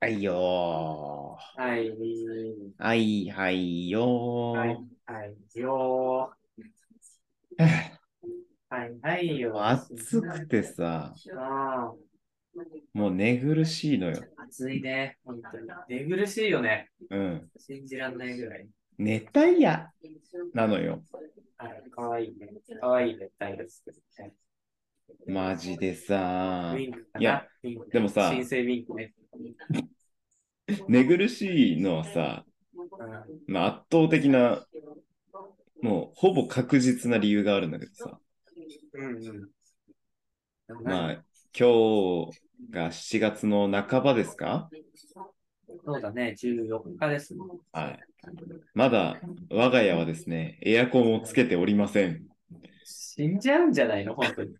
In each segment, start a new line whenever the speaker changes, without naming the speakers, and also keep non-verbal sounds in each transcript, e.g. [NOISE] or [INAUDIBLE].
はいよ
はい、
ー。はいはいよー。
はい、はい、よー。はい、はい、よ
[LAUGHS]
ー。
暑くてさ、
あ
もう寝苦しいのよ。
あ、暑いね、本当に。寝苦しいよね。
うん。
信じらんないぐらい。
熱帯夜なのよ。
はい、かわいいね。かわいい熱帯ですけどね。
マジでさ
[LAUGHS] ウ、ィンクかな。
いや
ウィンクね、
でもさ
新生ウィンクね。
寝苦しいのはさ、
う
まあ、圧倒的な、もうほぼ確実な理由があるんだけどさ、
ん、うん、うん。
まあ
あ、、
今日が7月の半ばですか
そうだね、14日ですもん。
はい。まだ我が家はですね、エアコンをつけておりません。
死んじゃうんじゃないの本
[LAUGHS]
当に。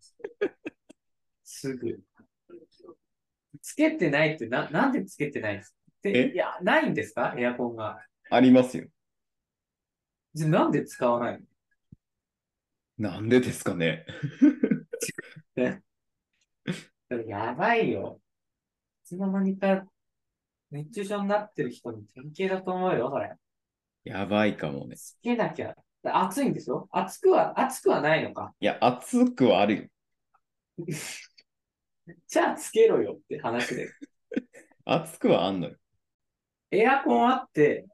すぐ。つけてないってな、なんでつけてないんですかで
え
いや、ないんですかエアコンが。
ありますよ。
じゃあなんで使わない
なんでですかね。
のやばいよ。いつの間にか熱中症になってる人の典型だと思うよ、それ。
やばいかもね。
つけなきゃ。暑いんでしょ暑くは、暑くはないのか。 [LAUGHS]
いや、暑くはあるよ。
じゃあつけろよって話で。
暑くはあんのよ。
エアコンあって、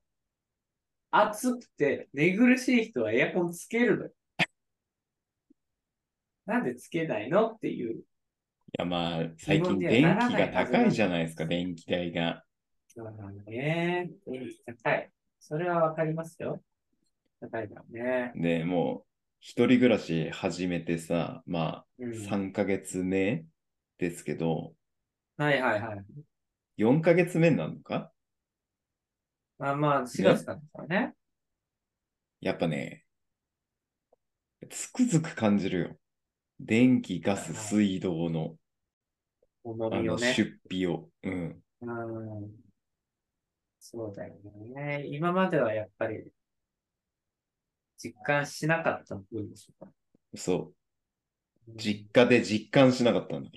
暑くて寝苦しい人はエアコンつけるのよ。なんでつけないのっていう
いや、まあ、最近
日本では
電気
ならない
が高いじゃないですか、電気代が。
のなんだね。電気高い。それはわかりますよ。高いだろうね。
で、もう、一人暮らし始めてさ、ま
う
あ、
ん、
3ヶ月目ですけど、
はいはいはい。
4ヶ月目になるのか
まあまあ、4月からですからね。
やっぱね、つくづく感じるよ。電気、ガス、水道の、
重
あ
みを
の、
ね。
出費を。うん。
うん。そうだよね。今まではやっぱり、実感しなかった分でしょうか。
そう。
うん
実家で実感しなかったんだか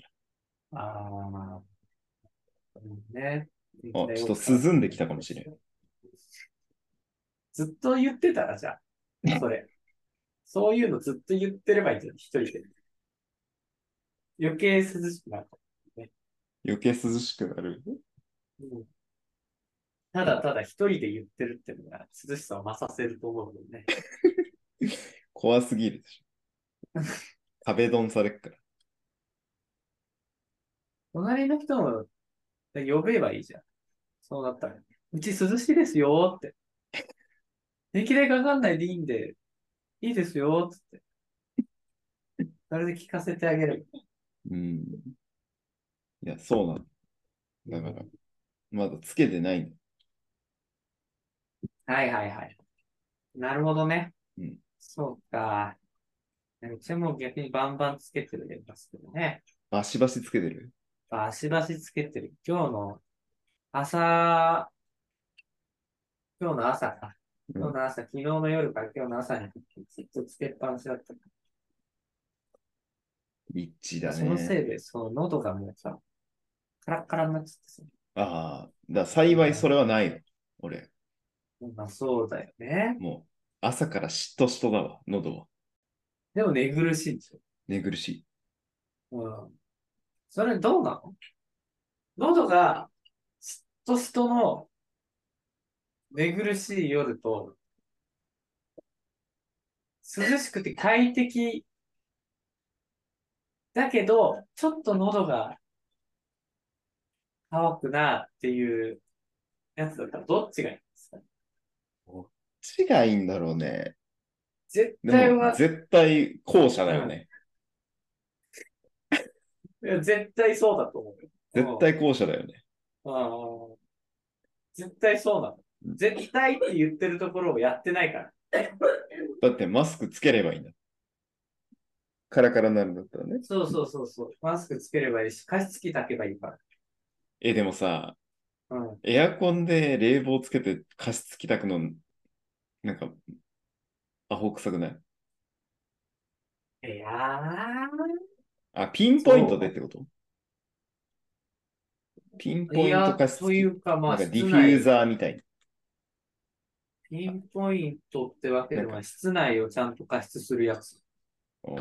ああ。うんね。
ら。あ、ちょっと涼んできたかもしれん。
ずっと言ってたら
[LAUGHS]
じゃあ、それ。そういうのずっと言ってればいいじゃん、一人で。余計涼しくなる、
余計涼しくなる。
うんただただ一人で言ってるってのが涼しさを増させると思うもんね。
怖すぎるでし
[LAUGHS]
ょ。壁ドンされっから。
隣の人も呼べばいいじゃん。そうだったら。うち涼しいですよって。電気代かかんないでいいんで、いいですよっつって。それで聞かせてあげる。
うん。いや、そうなの。だから、まだつけてないの。
はいはいはい。なるほどね。
うん
そうか。うちも逆にバンバンつけてるますけどね。
バシバシつけてる
バシバシつけてる。今日の朝、今日の朝か。
うん
今日の朝、昨日の夜から今日の朝にずっとつけっぱなしだったか
一致
ら、
だ
そのせ
ね。
いで、その喉がもうさ、カラッカラになっちゃってさ。
ああ、だから幸いそれはないよ。俺、
まあそうだよね。
もう朝からしっとしとだわ、喉は。
でも寝苦しいんでしょ。
寝苦しい。
うん。それどうなの喉が、すっとすとの、寝苦しい夜と、涼しくて快適、だけど、ちょっと喉が、乾くなっていうやつだったら、どっちがいいんですか
違がいいんだろうね。
絶
で
対
も
は、
絶対後者だよね。
いや絶対そうだと思うよ。
絶対後者だよね。
ああ、絶対そうなの。絶対って言ってるところをやってないから。
だってマスクつければいいんだ。カラカラになるんだったらね。
そうそうそうそう。マスクつければいいし、加湿器炊けばいいか
え、でもさ、
ら。うん。
エアコンで冷房つけて加湿器炊くの、なんか、アホ臭くない
いやー、
あ、ピンポイントでってことピンポ
い
イント
や、
加湿
とい
器。
うか、ま
な
あ、
んか
室
ディフ
内
ューザーみたいな。
ピンポイントってわけでは、室内をちゃんと加湿するやつ。
お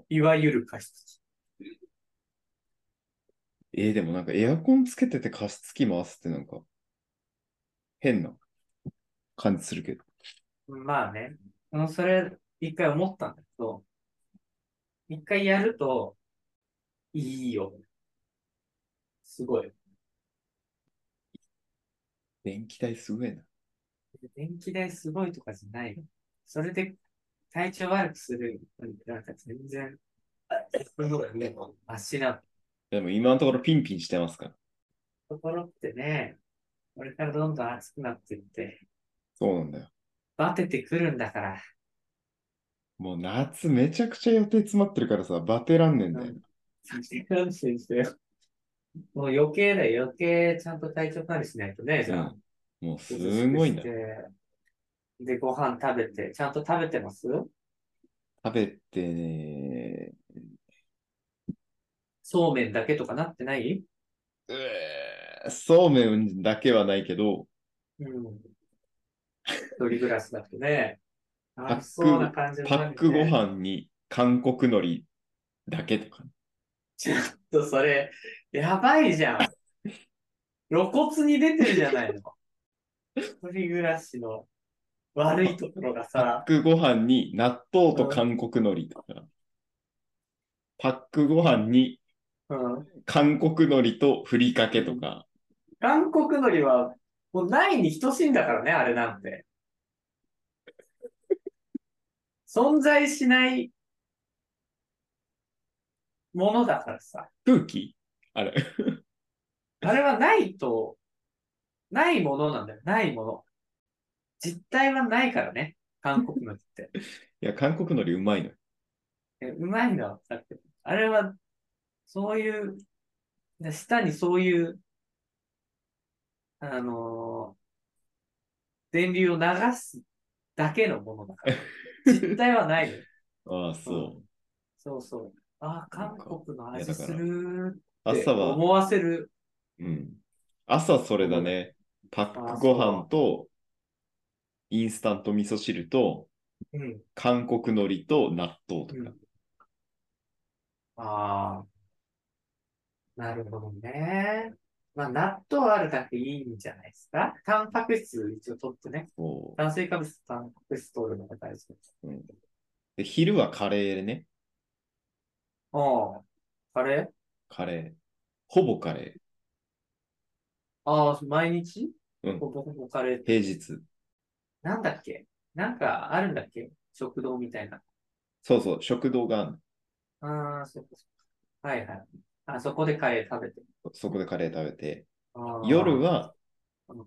ー
いわゆる加湿器。
えーでもなんかエアコンつけてて加湿器回すってなんか変な感じするけど。
まあね。もうそれ、一回思ったんだけど、一回やると、いいよ。すごい。
電気代すごいな。
電気代すごいとかじゃないよ。それで体調悪くするなんか全然、マシな
でも今のところピンピンしてますから。
ところってね、これからどんどん暑くなっていって、
そうなんだよ。
バテてくるんだから、
もう夏めちゃくちゃ予定詰まってるからさ、バテらんねんだよな。
そして安心してよ。もう余計だよ、余計ちゃんと体調管理しないとね、じゃあ。
うんもうすごいな
涼しくし。てで、ご飯食べて、ちゃんと食べてます
食べてね、
そうめんだけとかなってないう
えーそうめんだけはないけど、
うん。一人暮らしだとね、
ック
あそうな感じの
パックご
ちょっ
飯に韓国海苔だけとか。
とそれ、やばいじゃん。露骨に出てるじゃないの。一人暮らしの悪いところが
パッ
さ、
クご飯に納豆と韓国海苔とか。パックご飯に
うん、
韓国海苔とふりかけとか。
韓国海苔はもうないに等しいんだからね、あれなんて。存在しないものだからさ。
空気あれ。 [LAUGHS]
あれはないと、ないものなんだよ。ないもの。実体はないからね。韓国のって。
いや、韓国海苔うまいのよ。
[LAUGHS] えうまいのは分かってる。あれは、そういう、下にそういう、あのー電流を流すだけのもの
[LAUGHS]
だから。実体はないのよ。
ああ、そう。
そうそう。ああ、韓国の
いやだか
味
ら
するーって
朝は、
思わせる。
うん。朝それだね。パックご飯と、インスタント味噌汁と、
うん。
韓国海苔と納豆とか。
うんああ、なるほどね。まあ、納豆あるだけいいんじゃないですか。タンパク質一応取ってね。
そう
炭水化物、タンパク質取るのが大事です。
で昼はカレーね。
ああ、あれ
カレー。ほぼカレ
ああ、毎日
うん
ほぼほぼカレー
ー。。平日。
なんだっけなんかあるんだっけ食堂みたいな。
そうそう、食堂があるの
ああ、そっかそっか。はいはい。あそこでカレー食べて。
そこでカレー食べて、
ああ
夜は
う、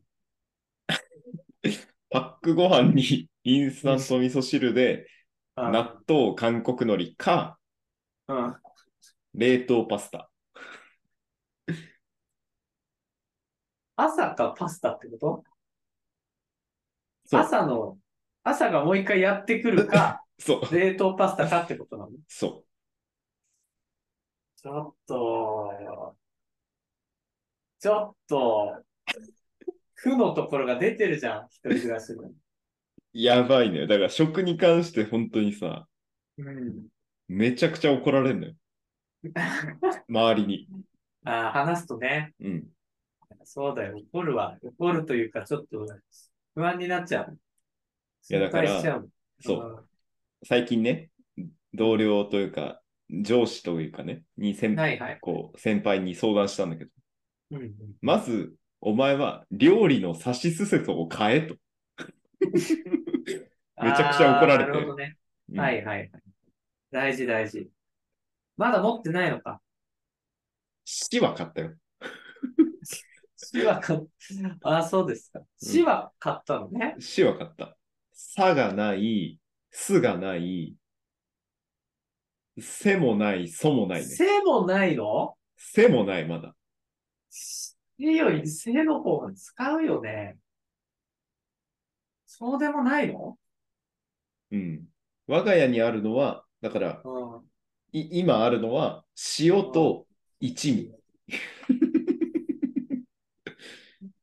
[LAUGHS] パックご飯にインスタント味噌汁で、
ああ
納豆、韓国海苔か、
うん。
冷凍パスタ。
朝かパスタってこと
そう
朝の、朝がもう一回やってくる
[LAUGHS]
か、
そう、
冷凍パスタかってことなの
そ
ちょっと、ちょっと、負のところが出てるじゃん、一人暮らしの。
う。やばいね。だから食に関して本当にさ、
うん。
めちゃくちゃ怒られ
[LAUGHS]
るのよ。周りに。
あー話すとね、
うん。
そうだよ、怒るわ。怒るというか、ちょっと不安になっちゃう。
いやだから
心配しちゃう。
そう。最近ね、同僚というか、上司というかね、に
う
先
ん。はいはい。
こう先輩に相談したんだけど、
うんうん、
まず、お前は料理のさしすせそを変えと。めちゃくちゃ怒られて
あーなるほどね。
うん
はいはいはい。大事大事。まだ持ってないのか。
死は買ったよ。
死は買っ
[LAUGHS]
ああ、そうですか。死は買ったのね。
死は買った。さがない、すがない、せもない、そもないね。
背もないの
せもない、まだ。
死より背の方が使うよね。そうでもないの
うん。我が家にあるのは、だから、
うん。
い今あるのは、塩と一味。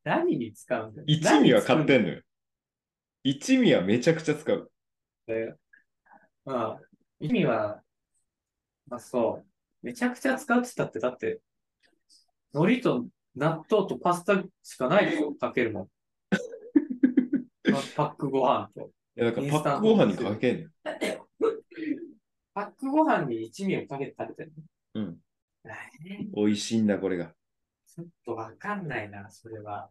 何に使うんだよ。
一味は買って
ん
んのよ。一味はめちゃくちゃ使う。
だよ。まあ、意味は、まあそう。めちゃくちゃ使ってたって、だって、海苔と納豆とパスタしかないでしょ、かける [LAUGHS] もん。まあパックご飯と。
いや、だからパックご飯にかけんの。
パックご飯に一味をかけて食べてる
うん。
の。えー
美味しいんだ、これが。
ちょっとわかんないな、それは。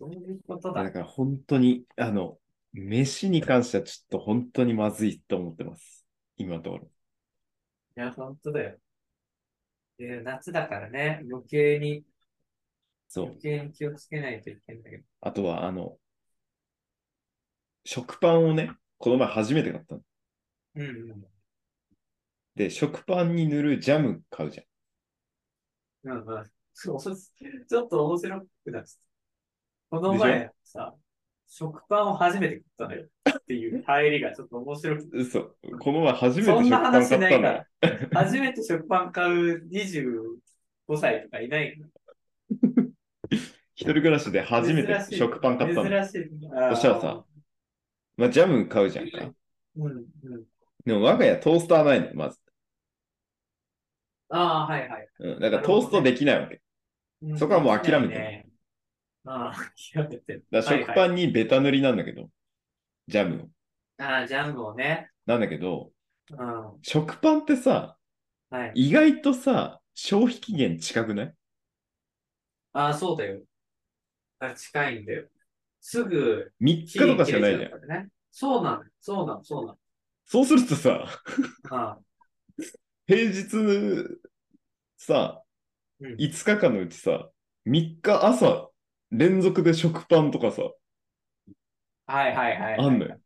どういうことだ
だから本当に、あの、飯に関してはちょっと本当にまずいと思ってます。今のところ。
いや、本当だよ。で夏だからね、余計に、
そう
余。計に気をつけないといけないんだけど。
あとは、あの、食パンをね、この前初めて買ったの。
うんうん。
で、食パンに塗るジャム買うじゃん。
うんうん。そうちょっと面白くなっちゃった。この
でしょ
前さ、食パンを初めて食ったのよっていう入りがちょっと面白くて。
嘘。この前初めて
そん
食
な
パン
話
買
な
った
い
ん
か
だよ
ら。。初めて食パン買う25歳とかいないか
一人暮らしで
ら
初めて
珍しい
食パン買ったの。
珍しい。そ
そしたらさ、まあ、ジャム買うじゃんか。
うんうん。
でも我が家トースターないの、まず。
ああ、はいはい。
うん、だからトーストできないわけ。
うん
そこはもう諦めてる
できないねああ、諦めてる。
だから食
は
パ
い
ンにベタ塗りなんだけど、ジャムを。
はいああ、ジャンゴをね。
なんだけど、
うん。は
食パンってさ、
い。
意外とさ、消費期限近くない
ああ、そうだよ。あ近いんだよ。すぐ
?3 日とかしかないじゃん。
ん。ね、そうなの、そうなの、そうな
そうするとさ、
の。ああ
平日さ、
うん、
5日間のうちさ、3日朝連続で食パンとかさ、
はいはいはいはい。
あんのよ。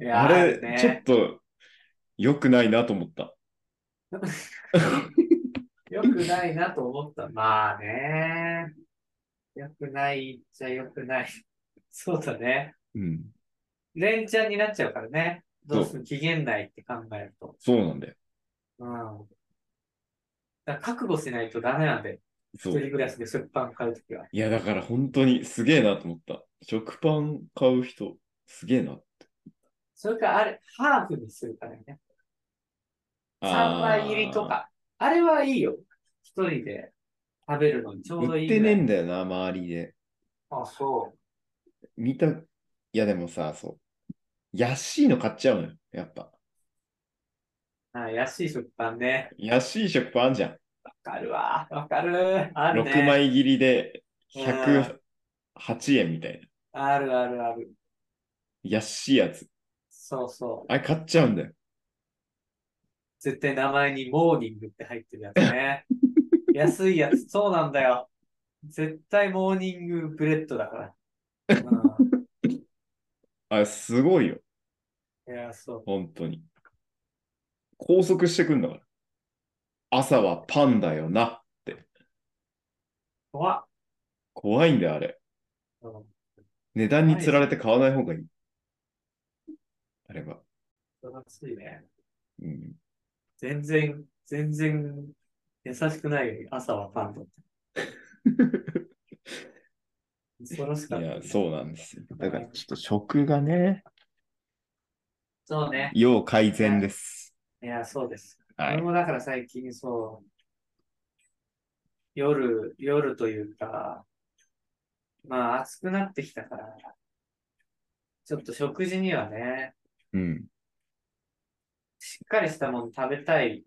いや
あれ、
ね、
ちょっと良くないなと思った。
よくないなと思った。まあね。よくないっちゃよくない。 [LAUGHS] そうだね。
うん、
連チャンになっちゃうからね。どうす
そ
る期限内って考えると。
そうなんだよ。
うん。だから覚悟しないとダメなんで、
そ
一
う。
人暮らしで食パン買うときは。
いや、だから本当にすげえなと思った。食パン買う人、すげえな。
それからあれ、ハーフにするからね。3枚入りと
あ
か。あれはいいよ。一人で食べるのにちょう
ー。
どい
売
い
っ
ぐら
て
い。
ねえんだよな、周りで。
あ、そう。
見た、いやでもさ、そう。安いの買っちゃうのよ、やっぱ。
あ安い食パンね。
安い食パンあんじゃん。
わかるわ。わかる。あるね。
6枚切りで
うん
108円みたいな。
あるあるある。
安いやつ。
そうそう。
あれ買っちゃうんだよ。
絶対名前にモーニングって入ってるやつ
[LAUGHS]
ね。安いやつ、そうなんだよ。絶対モーニングブレッドだから。う
あれすごいよ、
ん、いや、そう。
本当に。拘束してくんだから。朝はパンだよな。
怖っ。
怖いんだよ、あれ。
うん
値段につられて買わない方がいい。あれは。
楽しいね。
[LAUGHS] うん、
全然、全然優しくない朝はパンだった。恐ろし
い
かった、
や、そうなんですよ。だからちょっと食がね、
そうね。
要改善です。
いや、そうです。
は
俺
い。
もだから最近そう、夜、夜というか、まあ暑くなってきたから、ちょっと食事にはね、
うん。
しっかりしたもの食べたい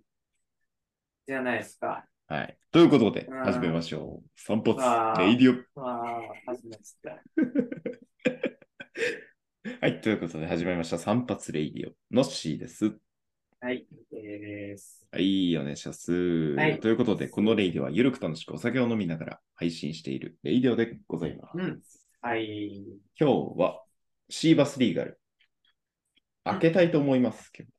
じゃないですか。
はい。ということで
う、ん
始めましょう。散髪
あ、ー
レイディオ。
まあ、初めてだっ
はい、ということで始まりました。散髪レイディオのっしーです。
た。はい、えーす。
はい、お願いします。
はい
ということで、このレイディオはゆるく楽しくお酒を飲みながら配信しているレイディオでございます。
うん。はい。
今日はシーバスリーガル。開けたいと思いますけど。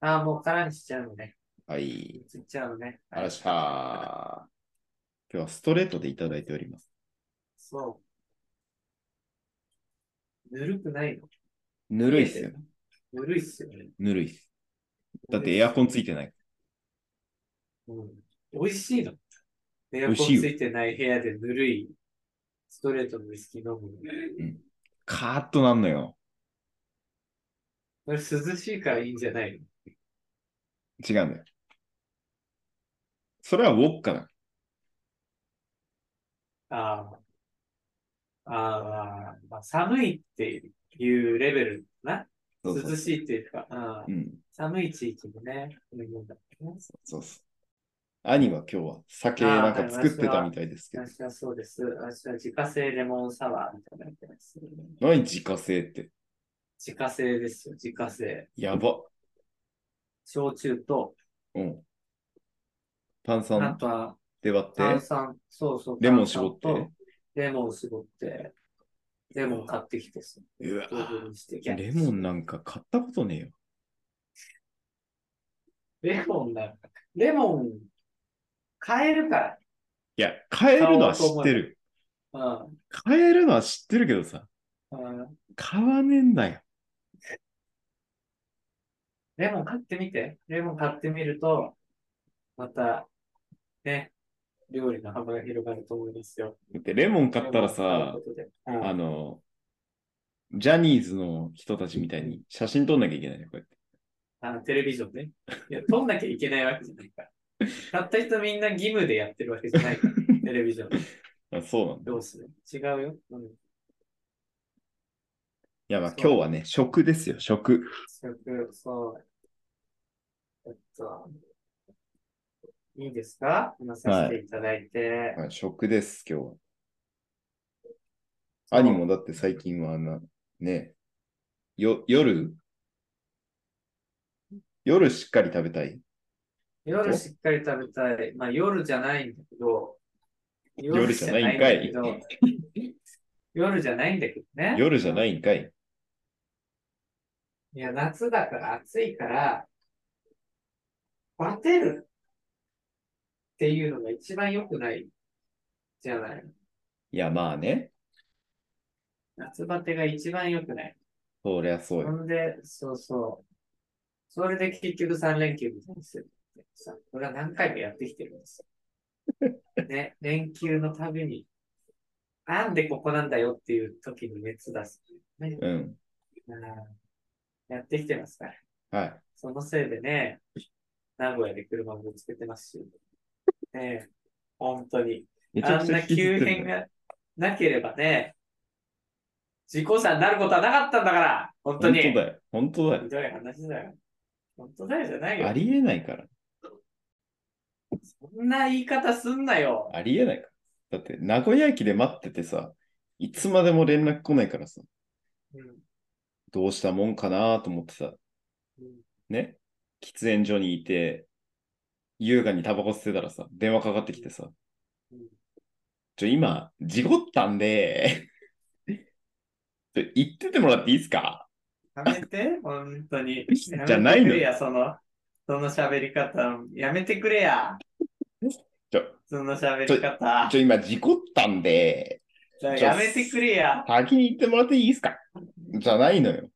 ああ、もう空にしちゃうのね。
はい。
ついちゃうのね。
ありました。今日はストレートでいただいております。
そう。ぬるくないの
ぬるいっすよ。
ぬるいっすよね。
ぬるいっす。だってエアコンついてない。
うん、美味しいの。エアコンついてない部屋でぬるい、ストレートのウイスキー飲む。
カーッとなんのよ。
これ涼しいからいいんじゃないの
違うんだよ。それはウォッカだ。
ああ。ああ、まあ、寒いっていうレベルか
そう
な。
そう
涼しいっていうか、ああ
うん。
寒い地域もね、飲むんだもんね
そうそう。兄は今日は酒なんか作ってたみたいですけど。
私はそうです。私は自家製レモンサワーみたいなのやってます。
何自家製って。
自家製ですよ、自家製。
やば。
焼酎と、
うん。炭
あ
酸
とは
で割って、
炭酸、そうそう、
レモン絞って
炭酸とレモン絞って、レモン買ってきてさ、
うわ
ドブにして、
レモンなんか買ったことねえよ。
レモンだ。レモン、買えるか
いや、買えるのは知ってる。
ら。うん
買えるのは知ってるけどさ、
うん。
買わねえんだよ。
レモン買ってみて。レモン買ってみると、また、ね、料理の幅が広がると思いますよ。
だってレモン買ったら
レモ
さ
ン買う、ことでうん
あの、ジャニーズの人たちみたいに写真撮んなきゃいけないね、こうやって。
あの、テレビジョンね。いや、撮んなきゃいけないわけじゃないから。買った人みんな義務でやってるわけじゃない
[LAUGHS]
から、テレビジョン。
あそうなんだ。
どうする違うよ。うん。
いや、まあ
そう
今日はね、食ですよ、食。
食、そう。えっと、いいですか話させていただいて。
はい、食です、今日は。兄もだって最近はあんな、ね、よ、夜夜しっかり食べたい。
夜しっかり食べたい。まあ夜じゃないんだけど、
夜じゃないんかい
夜じゃないんだけど夜じゃないんだけどね。。
夜じゃないいんかい。
いや、夏だから暑いから、バテるっていうのが一番良くないじゃない。
いや、まあね。
夏バテが一番良くない。
そりゃそう
ほ
よ。
んで、そうそう。それで結局3連休みたいにするってさ。これは何回もやってきてるんです
[LAUGHS]
よ。ね、連休のたびに、なんでここなんだよっていう時に熱出す。ね、
うん。
うんやってきてますから。
はい。
そのせいでね、名古屋で車もぶつけてますし、ねえ、本当に。
めちゃ
あ
く
ん
ちゃ
な
引きずっ
急
てる
変
ね。
がなければね、事故車になることはなかったんだから、本当
本当
に。
だよ。本当だよ
ひ。どい話だよ。本当だよじゃないよ
あ。りえないから。
そんな言い方すんなよ。
ありえないから。だって、名古屋駅で待っててさ、いつまでも連絡来ないからさ、
うん
どうしたもんかなと思ってさ、
うん
ね、喫煙所にいて、優雅にタバコ吸ってたらさ、電話かかってきてさ
うん、
ちょ、今、事故ったんで、 [LAUGHS] ちょ行っててもらっていいですか
やめて、本当に。
[LAUGHS] じゃないの
やめてくれや、その、その喋り方。やめてくれや。
ちょ、
その喋り方
ち。ょ、今、事故ったんで、
やめてくれや。
先に行ってもらっていいですかじゃないのよ。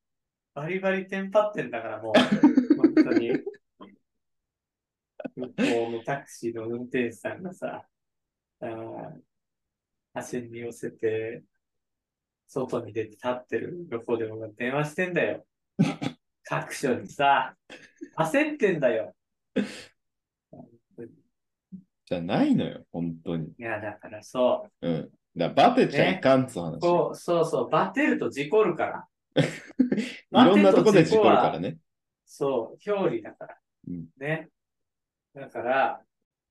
バリバリテンパってんだから、もう。本当に。向こうのタクシーの運転手さんがさ、あの、走りに寄せて、外に出て立ってる横で俺が電話してんだよ。各所にさ、焦ってんだよ。
じゃないのよ、本当に。
いや、だからそ
うん。だからバテちゃいかんっつう話。
う、こう、そうそう、バテると事故るから。
いろんなとこで事故るからね。
そう、表裏だから。
うん
ね。だから、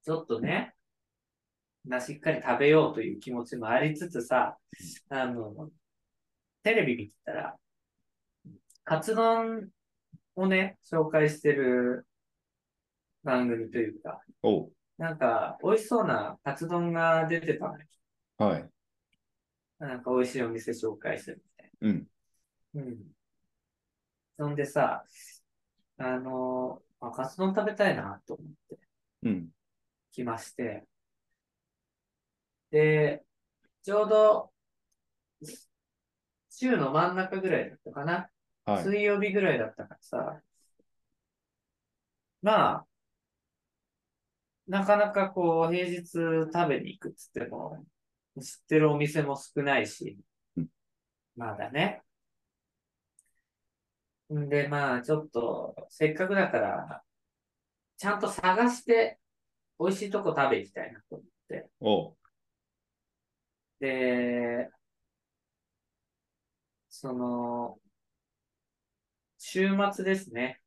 ちょっとね、な、しっかり食べようという気持ちもありつつさ、あの、テレビ見てたら、カツ丼をね、紹介してる番組というか、
おう
なんか、美味しそうなカツ丼が出てたのよ。
はい。
なんか美味しいお店紹介してるみ
うん
たいな。うん。そんでさ、あのあ、カツ丼食べたいなと思って
うん。
来まして。で、ちょうど、週の真ん中ぐらいだったかな。
はい。
水曜日ぐらいだったからさ、まあ、なかなかこう、平日食べに行くっつっても、知ってるお店も少ないし
うん、
まだね。んで、まあ、ちょっと、せっかくだから、ちゃんと探して、美味しいとこ食べ行きたいなと。
おう。
で、その、週末ですね。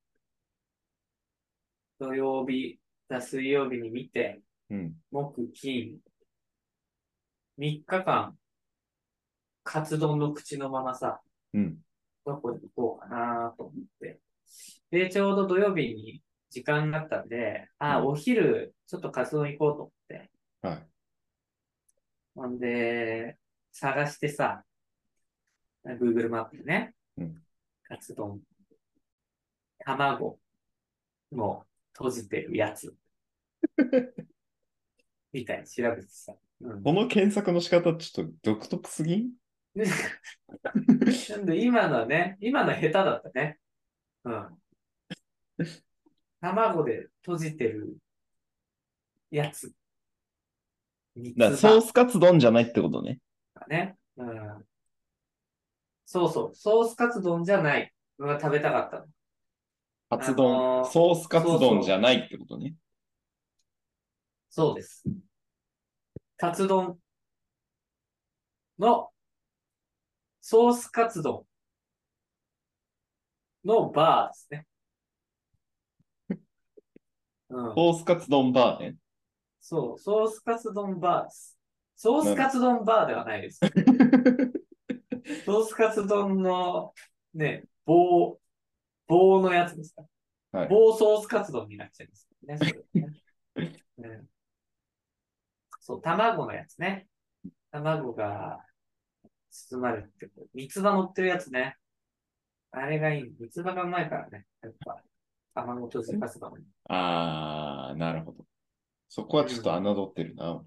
土曜日か水曜日に見て、
うん。
木、金、3日間、カツ丼の口のままさ、
うん。
どこに行こうかなと思って。で、ちょうど土曜日に時間があったんで、あ、
うん
お昼、ちょっとカツ丼行こうと思って。
はい。
ほんで、探してさ、Google マップでね、
うん
カツ丼、卵も閉じてる
[LAUGHS]
やつ、みたいに調べてさ。
[LAUGHS]
うん
この検索の仕方、ちょっと独特すぎん
なんで今のね、今の下手だったね。うん。卵で閉じてるやつ。三つ
だからソースカツ丼じゃないってことね。
葉ね。うん。そうそう。ソースカツ丼じゃないのが食べたかったの。
カツ
あの
丼、
ー
ソースカツ丼じゃないってことね。
そうです。カツ丼の、ソースカツ丼のバーですね。うん、
ソースカツ丼バーね。
そう、ソースカツ丼バーです。ソースカツ丼バーではないです。ソースカツ丼の、ね、棒、棒のやつですか。
はい
棒ソースカツ丼になっちゃいますね。それね
[LAUGHS]
うんそう、卵のやつね。卵が包まれてる、三つ葉乗ってるやつね。あれがいい。三つ葉がうまいからね。やっぱ、卵とじカツ丼。
あー、なるほど。そこはちょっと侮ってるな。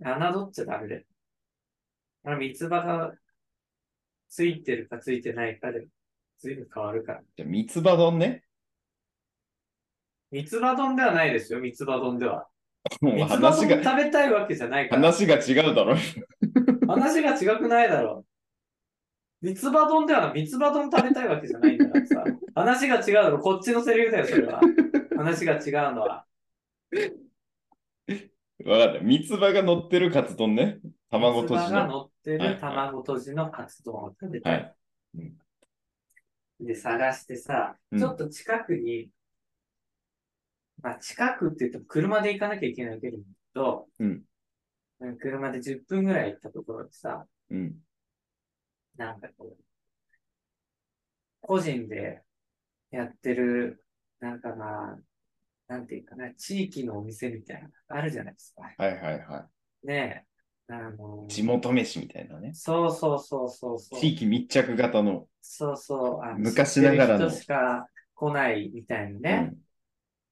侮っちゃダメだよ。あの三つ葉がついてるかついてないかで、ずいぶん変わるから。
じゃあ、三つ葉丼ね。
三つ葉丼ではないですよ、三つ葉丼では。
もう
三つ葉
話
丼
が、
食べたいわけじゃないから。
話が違うだろ。
話が違くないだろう。三つ葉丼ではな、三つ葉丼食べたいわけじゃないんだからさ。話が違うだろ、こっちのセリフだよ、そ
[LAUGHS]
れは。話が違うのは。
わかった。三つ葉が乗ってるカツ丼ね。卵と
三
じ
つ葉が
の。
乗っ
は
て
いは
る
い
卵とじのカツ丼を食べた。
はいい。
で、探してさ、
うん
ちょっと近くに、まあ近くって言っても車で行かなきゃいけないけれど、
うん
うん車で10分ぐらい行ったところでさ、
うん。
なんかこう、個人でやってる、なんかまあ、なんていうかな、地域のお店みたいな、あるじゃないですか。
はいはいは
ねえ、あの
い。地元飯みたいなね。
そうそうそうそうそう。
地域密着型の。
そうそう。あの
昔ながらの
知ってる人しか来ないみたいなね。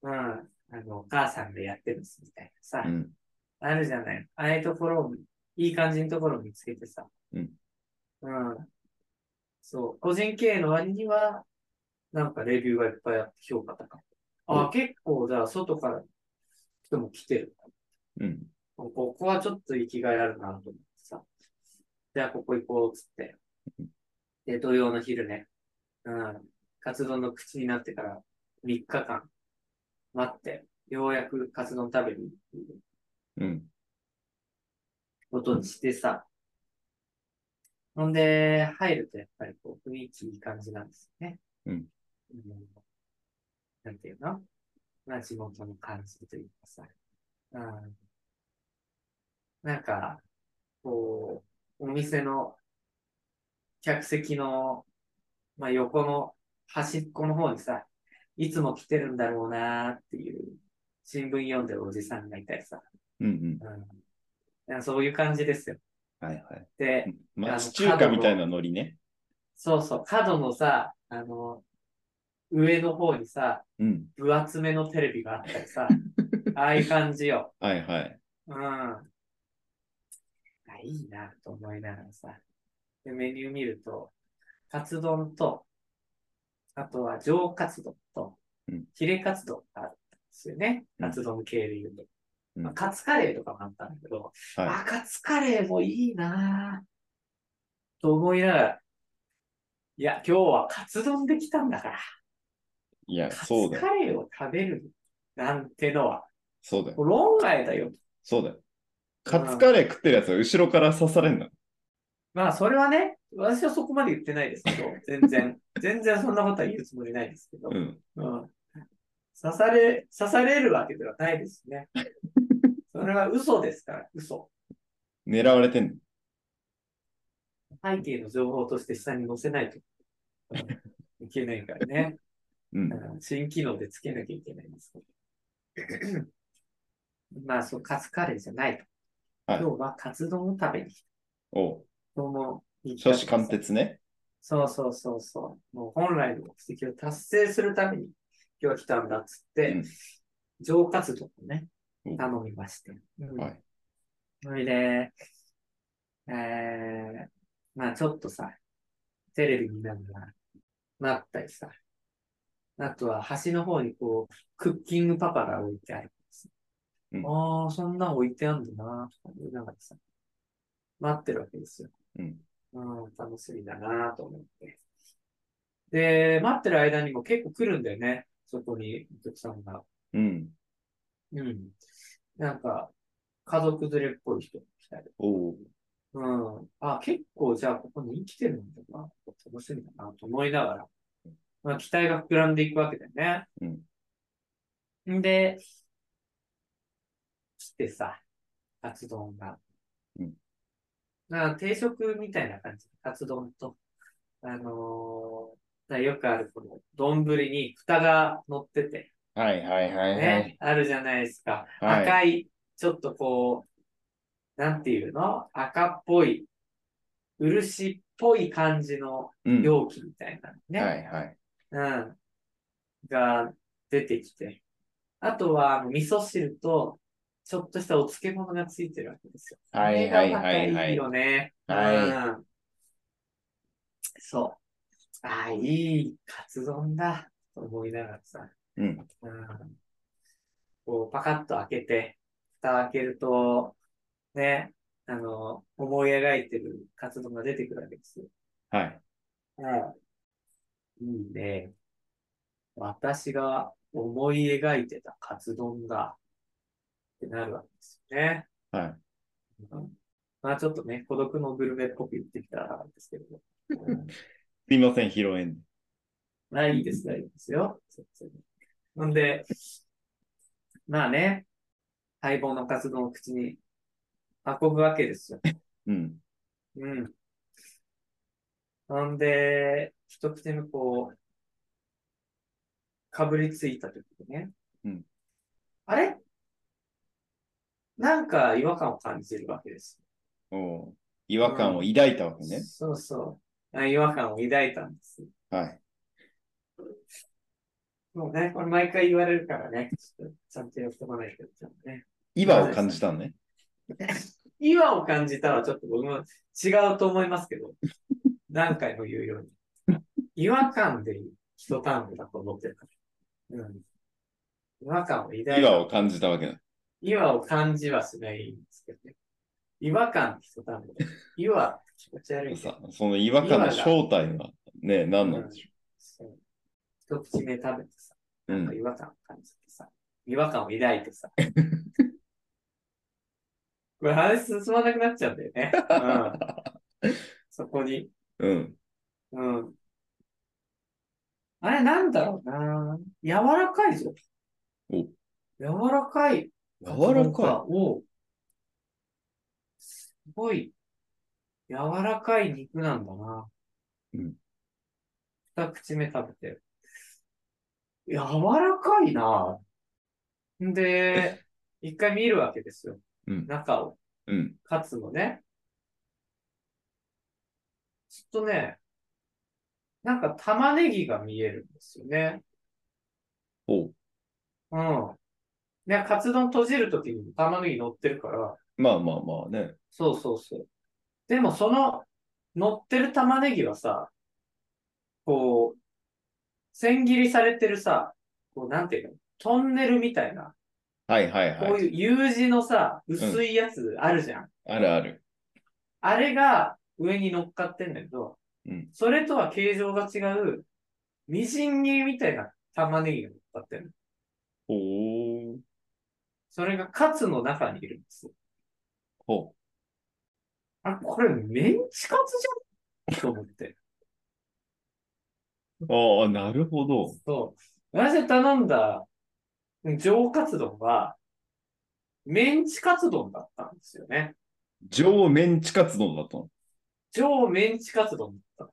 うん。あの、お母さんでやってるんですみたいなさ、
うん。うん。
あるじゃない。ああいうところを、いい感じのところを見つけてさ。
うん。
うん。そう。個人経営の割には、なんかレビューがいっぱいあって評価高い。あ、
うん
結構、じゃあ外から人も来てる。
うん。
こここはちょっと生きがいあるなと思ってさ。じゃあここ行こうっつって
うん。
で、土曜の昼ね。うん。カツ丼の口になってから3日間待って、ようやくカツ丼食べに行く
うん。
ことにしてさ。ほんで、入るとやっぱりこう雰囲気いい感じなんですよね。
うん
うん。なんていうのまあ地元の感じというかさ。うん。なんか、こう、お店の客席の、まあ横の端っこの方にさ、いつも来てるんだろうなーっていう新聞読んでるおじさんがいたりさ。
うんうん。
うんいや、そういう感じですよ。
はいはい。
で、あ
町
の
中華みたいなノリね。
そうそう、角のさ、あの、上の方にさ、
うん。
分厚めのテレビがあったり
[LAUGHS]
さ、ああいう感じよ。
はいはい。
うん。あ、いいなと思いながらさ。で、メニュー見ると、カツ丼と、あとは上カツ丼と
うん、
ヒレカツ丼があるんです。ですよね。
うん
カツ丼系で言うと。
うん
まあ、カツカレーとかもあったんだけど、
はい
あ、カツカレーもいいなぁと思いながら、いや、今日はカツ丼できたんだから、
いや、
カツ
そうだよ。
カレーを食べるなんてのは、
そうだよ。
もう論外だよ。
そうだよ。カツカレー食ってるやつは後ろから刺されんな。
まあ、それはね、私はそこまで言ってないですけ [LAUGHS] ど、全然、全然そんなことは言うつもりないですけど
う、ん。
うん刺され、刺されるわけではないです [LAUGHS] ね。それは嘘ですから、嘘。
狙われてんの。
背景の情報として下に載せないとうんいけないからね。
うん
だ。から新機能でつけなきゃいけないんですけ
[LAUGHS]
ど。まあ、そう、カツカレーじゃない
は
と。
い
今日はカツ丼を食べに来た。
おう。
どうも。
少子貫徹ね。
そうそうそうそう。もう本来の目的を達成するために今日来たんだっつって、
うん
上活動をね
う、ん
頼みまして。うん
はい
それで、えー、まあちょっとさ、テレビ見ながら、なったりさ、あとは端の方にこう、クッキングパパが置いてあるんです。
うん
ああ、そんなん置いてあるんだな、とか思いながらさ、待ってるわけですよ。
うん。
うん、楽しみだなと思って。で、待ってる間にも結構来るんだよね。そこにお客さんが。
うん。
うん。なんか、家族連れっぽい人来たり。
おう。
うん。あ、結構じゃあここに生きてるんだな。楽しみだなと思いながら。まあ、期待が膨らんでいくわけだよね。んで、来てさ、カツ丼が。
うん
まあ、定食みたいな感じ。カツ丼と、あのーなよくあるこの丼に蓋が乗ってて、
はいはいはいはい。
ね、あるじゃないですか。
はい
赤い、ちょっとこう、なんていうの赤っぽい、漆っぽい感じの
うん。
容器みたいなのね。
はいはい。
うん。が出てきて。あとは、あの味噌汁と、ちょっとしたお漬物がついてるわけですよ。
はいはいはい
これがま
は
たいい
い。
よね。
は
うん。そう。ああ、いいカツ丼だ。と思いながらさ。
うん。
うん。こう、パカッと開けて、蓋開けると、ね、あの、思い描いてるカツ丼が出てくるわけですよ。
はい。
はい。いいね。私が思い描いてたカツ丼だ。ってなるわけですよね。
はい。
うんまあちょっとね、孤独のグルメっぽく言ってきたんですけども。うん
すいません、披露宴。
まあいいですよ、いいですよ。全然ほんで、まあね、待望のカツ丼を口に運ぶわけですよ。
うん。
うん。なんで、一口目こう、かぶりついたときね。
うん
あれなんか違和感を感じるわけです。
おう違和感を抱いたわけね。
そうそう。あ違和感を抱いたんです。
はい。
もうね、これ毎回言われるからね。ちょっとちゃんとやっておかないとちゃんとね。
違和を感じたのね。
違和を感じたはちょっと僕も違うと思いますけど、 [LAUGHS] 何回も言うように。違和感で一単語だと思ってるから。うん。違和感を抱い
違和を感じたわけだ。
違和を感じはしないんですけどね。違和感って一単語だ。違和って気持ち悪いね
さその違和感の正体はね、何なんでしょ
そう一口目食べてさ、
う。う
なんか
ん。
違和感を感じてさ、違和感を抱いて
[LAUGHS]
さ。これ話進まなくなっちゃうんだよね。うん、
[LAUGHS]
そこに。
うん。
うん。あれ、なんだろうな。柔らかいぞ。
お
柔らかい。
柔らか
おすごい、柔らかい肉なんだな。
うん。
二口目食べて。柔らかいな。
[LAUGHS]
んで、一回見るわけですよ。
うん
中を。
い。うん。
カツのね。ちょっとね、なんか玉ねぎが見えるんですよね。
おう
うん。ね、カツ丼閉じるときにも玉ねぎ乗ってるから、
まあまあまあね。
そうそうそう。でもその乗ってる玉ねぎはさ、こう、千切りされてるさ、こうなんていうのトンネルみたいな、
はいはい
こ
は
う
い。
いう U 字のさ、薄いやつあるじゃん。
あるある。
あれが上に乗っかってんだけど、
うん
それとは形状が違う、みじん切りみたいな玉ねぎが乗っかってる。
おー。
それがカツの中にいるんですよ。
ほ
あ、これメンチカツじゃんと思って。
う。ああ、なるほど。
そう。私が頼んだ上カツ丼は、メンチカツ丼だったんですよね。
上メンチカツ丼だったの。
上メンチカツ丼だっ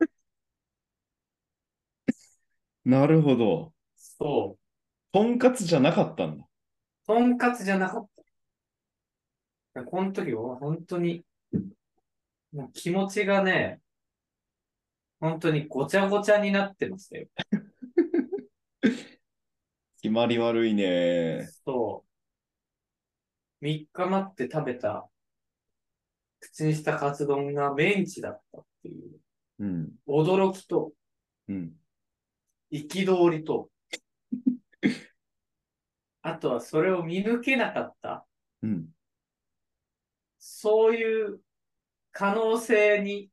た。
なるほど。
そう。
とんかつじゃなかったんだ。
とんかつじゃなかった。この時は本当に、もう気持ちがね、本当にごちゃごちゃになってましたよ。
決まり悪いね。
そう。3日待って食べた、口にしたカツ丼がメンチだったっていう、
うん。
驚きと、
うん。
憤りと、あとはそれを見抜けなかった、
うん。
そういう可能性に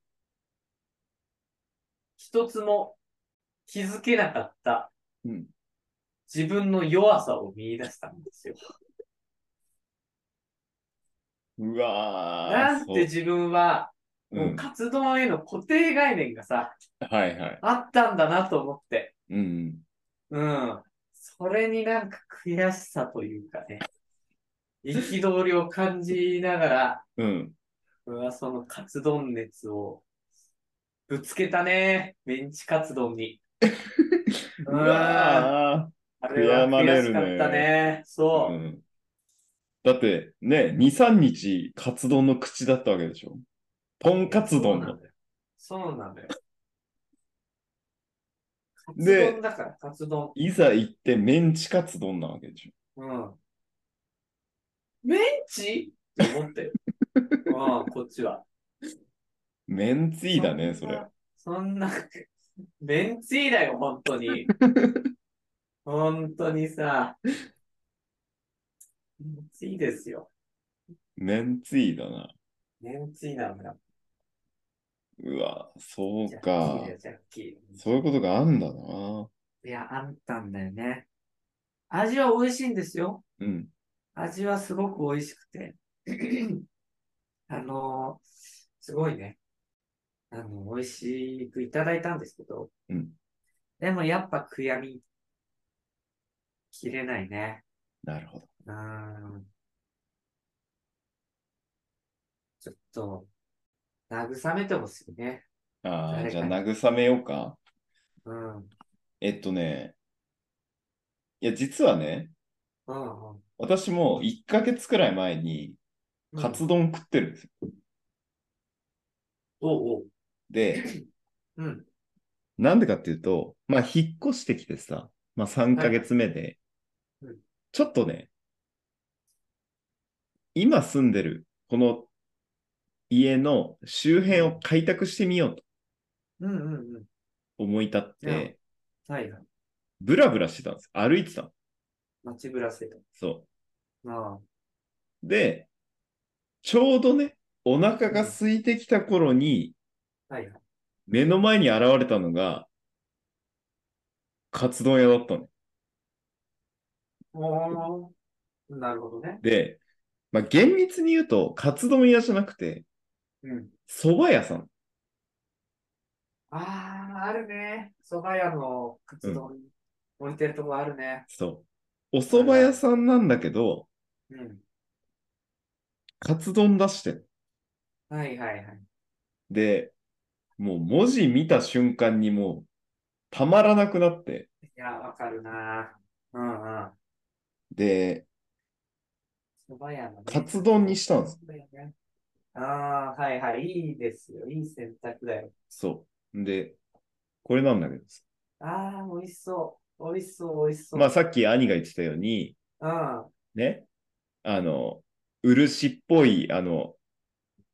一つも気づけなかった
うん。
自分の弱さを見出したんですよ。
うわー。
なん
そ
て
う
自分は、
う。
もうんカツ丼への固定概念がさ、
はいはい。
あったんだなと思って。
うん。
うん。それになんか悔しさというかね、憤りを感じながら、
うん。
うわ、そのカツ丼熱をぶつけたね。メンチカツ丼に。
[LAUGHS]
う
う
わ
わ
あれは
悔やまれ
悔
る
し
ね
かったね。
ー。う
そう。
ん。だってね、2、3日カツ丼の口だったわけでしょ。とんかつ丼
そうな
の
ん。だよ。そうなんだよ。カツ
で
丼だから、カツ丼。
いざ行ってメンチカツ丼なわけでしょ。
うん。メンチって
[LAUGHS]
思ったよ。うん、こっちは。
メンツィーだね、そ
ん
れ
な。。そんな、 [LAUGHS] メンツィーだよ、本
[LAUGHS]
当に。本当にさ。メンツィーですよ。
メンツィーだな。
メンツィーなんだ。
うわー、そう
ジャッキー
か
だ。よ、ジャッキ
そういうことがあんだな。
ー。いや、あんたんだよね。味は美味しいんですよ。
うん。
味はすごく美味しくて。 [CLEARS THROAT] あのーすごいね。あの、美味しくいただいたんですけど。
うん
でもやっぱ悔やみ、きれないね。
なるほど。
うーん。ちょっと、慰めてほしいね。
ああ、
誰
じゃ
か
あ
に
慰めようか。
うん。うん
えっとね、いや、実はね、
うん、うん。
私も1ヶ月くらい前にカツ丼食ってるんですよ。
おうおう。
で、
うん。
なんでかっていうと、まあ、引っ越してきてさ、まあ、3ヶ月目で
はいうん、
ちょっとね、今住んでるこの家の周辺を開拓してみようと
うんうんう
思い立って、
ん。はいはい。
ブラブラしてたんです。歩いてたの。
街ぶらせと。
そう。
あ
で、ちょうどね、お腹が空いてきた頃に、
あ。はいはい。
目の前に現れたのが、カツ丼屋だったの。
おー。なるほどね。
で、まあ、厳密に言うと、カツ丼屋じゃなくて、
うん。
蕎麦屋さん。
ああ、あるね。蕎麦屋のカツ丼置いてるとこあるね。
そう。お蕎麦屋さんなんだけど、
うん。
カツ丼出してる。
はいはいはい。
で、もう文字見た瞬間にもう、たまらなくなって、
いや、わかるな。うんうん。
で、
蕎麦屋のね。
カツ丼にしたんです。
そうだよね。ああ、はいはい。いいですよ。いい選択だよ。
そう。で、これなんだけどさ
ああ、美味しそう。美味しそう、美味しそう。
まあさっき兄が言ってたように、
うん。
ね、あの、漆っぽい、あの、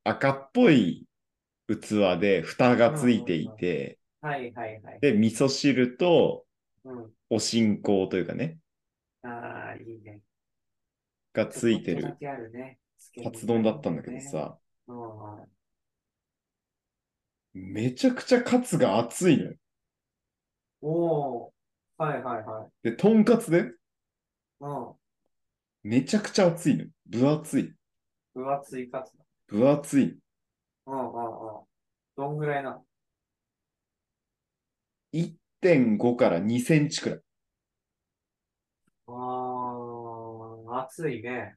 赤っぽい器で蓋がついていて、
はいはいはい。
で、味噌汁と
うん。
お信仰というかね、
ああ、いいね。
がついて
ち
る
ょっとだけあるね。
カツ丼だったんだけどさ、
うんうん。
めちゃくちゃカツが熱いのよ。
おお。はいはいはい。
で、とんかつで
うん。
めちゃくちゃ熱いのよ。分厚い。
分厚いカツだ。
分厚い。
うんうんうん。どんぐらいな
1.5から2センチくらい。
のああ、熱いね。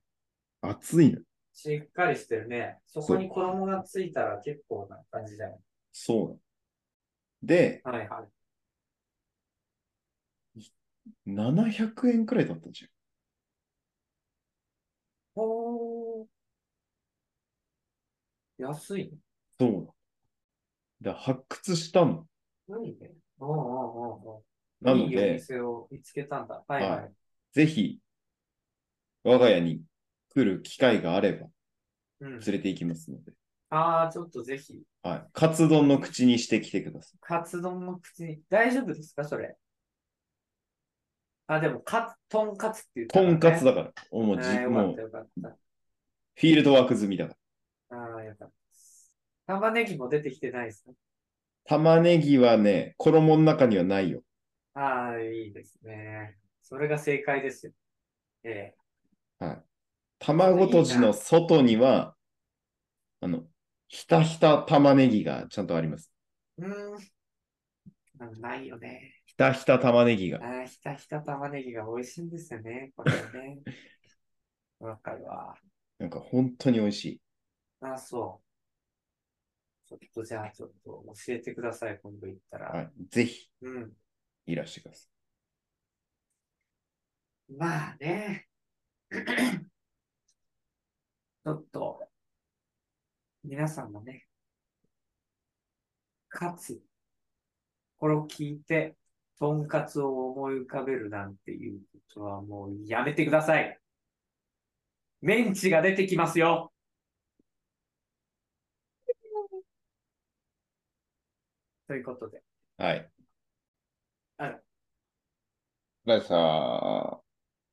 熱いのよ。
しっかりしてるね。そこに衣がついたら結構な感じだよ。
そうなの。で、
はいはい。
700円くらいだったじ
おー。安いね。
ゃん。そうなの。で、発掘したの。
いいね。おうおうおう
な
おう。
の
いいお
で、
店を見つけたんだ。はい
は
はいい。
ぜひ、我が家に来る機会があれば、
うん
連。れて行きますので、
ああ、ちょっとぜひ、
はい。カツ丼の口にしてきてください。
カツ丼の口に、大丈夫ですかそれ。あ、でも、カツ、トンカツって言った
と
からね
んかつだから。もう
あ
じ、
ーよか
も
っ
う
た、、よかった。
フィールドワーク済みだから。
ああ、よかったです。玉ねぎも出てきてないですね。
玉ねぎはね、衣の中にはないよ。
ああ、いいですね。それが正解ですよ。え
卵とじの外には、あの、ひたひた玉ねぎがちゃんとあります。
えうーん。うまいよね。
ひたひた玉ねぎが。
ああ、ひたひた玉ねぎが美味しいんですよね。これ
[LAUGHS]
ね。わかるわ。
なんか本当に美味しい。
ああ、そう。ちょっとじゃあ、ちょっと教えてください。今度行ったら。
はい。ぜひ、
うん。
いらしてください。
まあね。 [COUGHS] ちょっと、皆さんもね、かつ、これを聞いて、とんかつを思い浮かべるなんていうことはもうやめてください。メンチが出てきますよ。ということで。
はい。
あら
バイさー。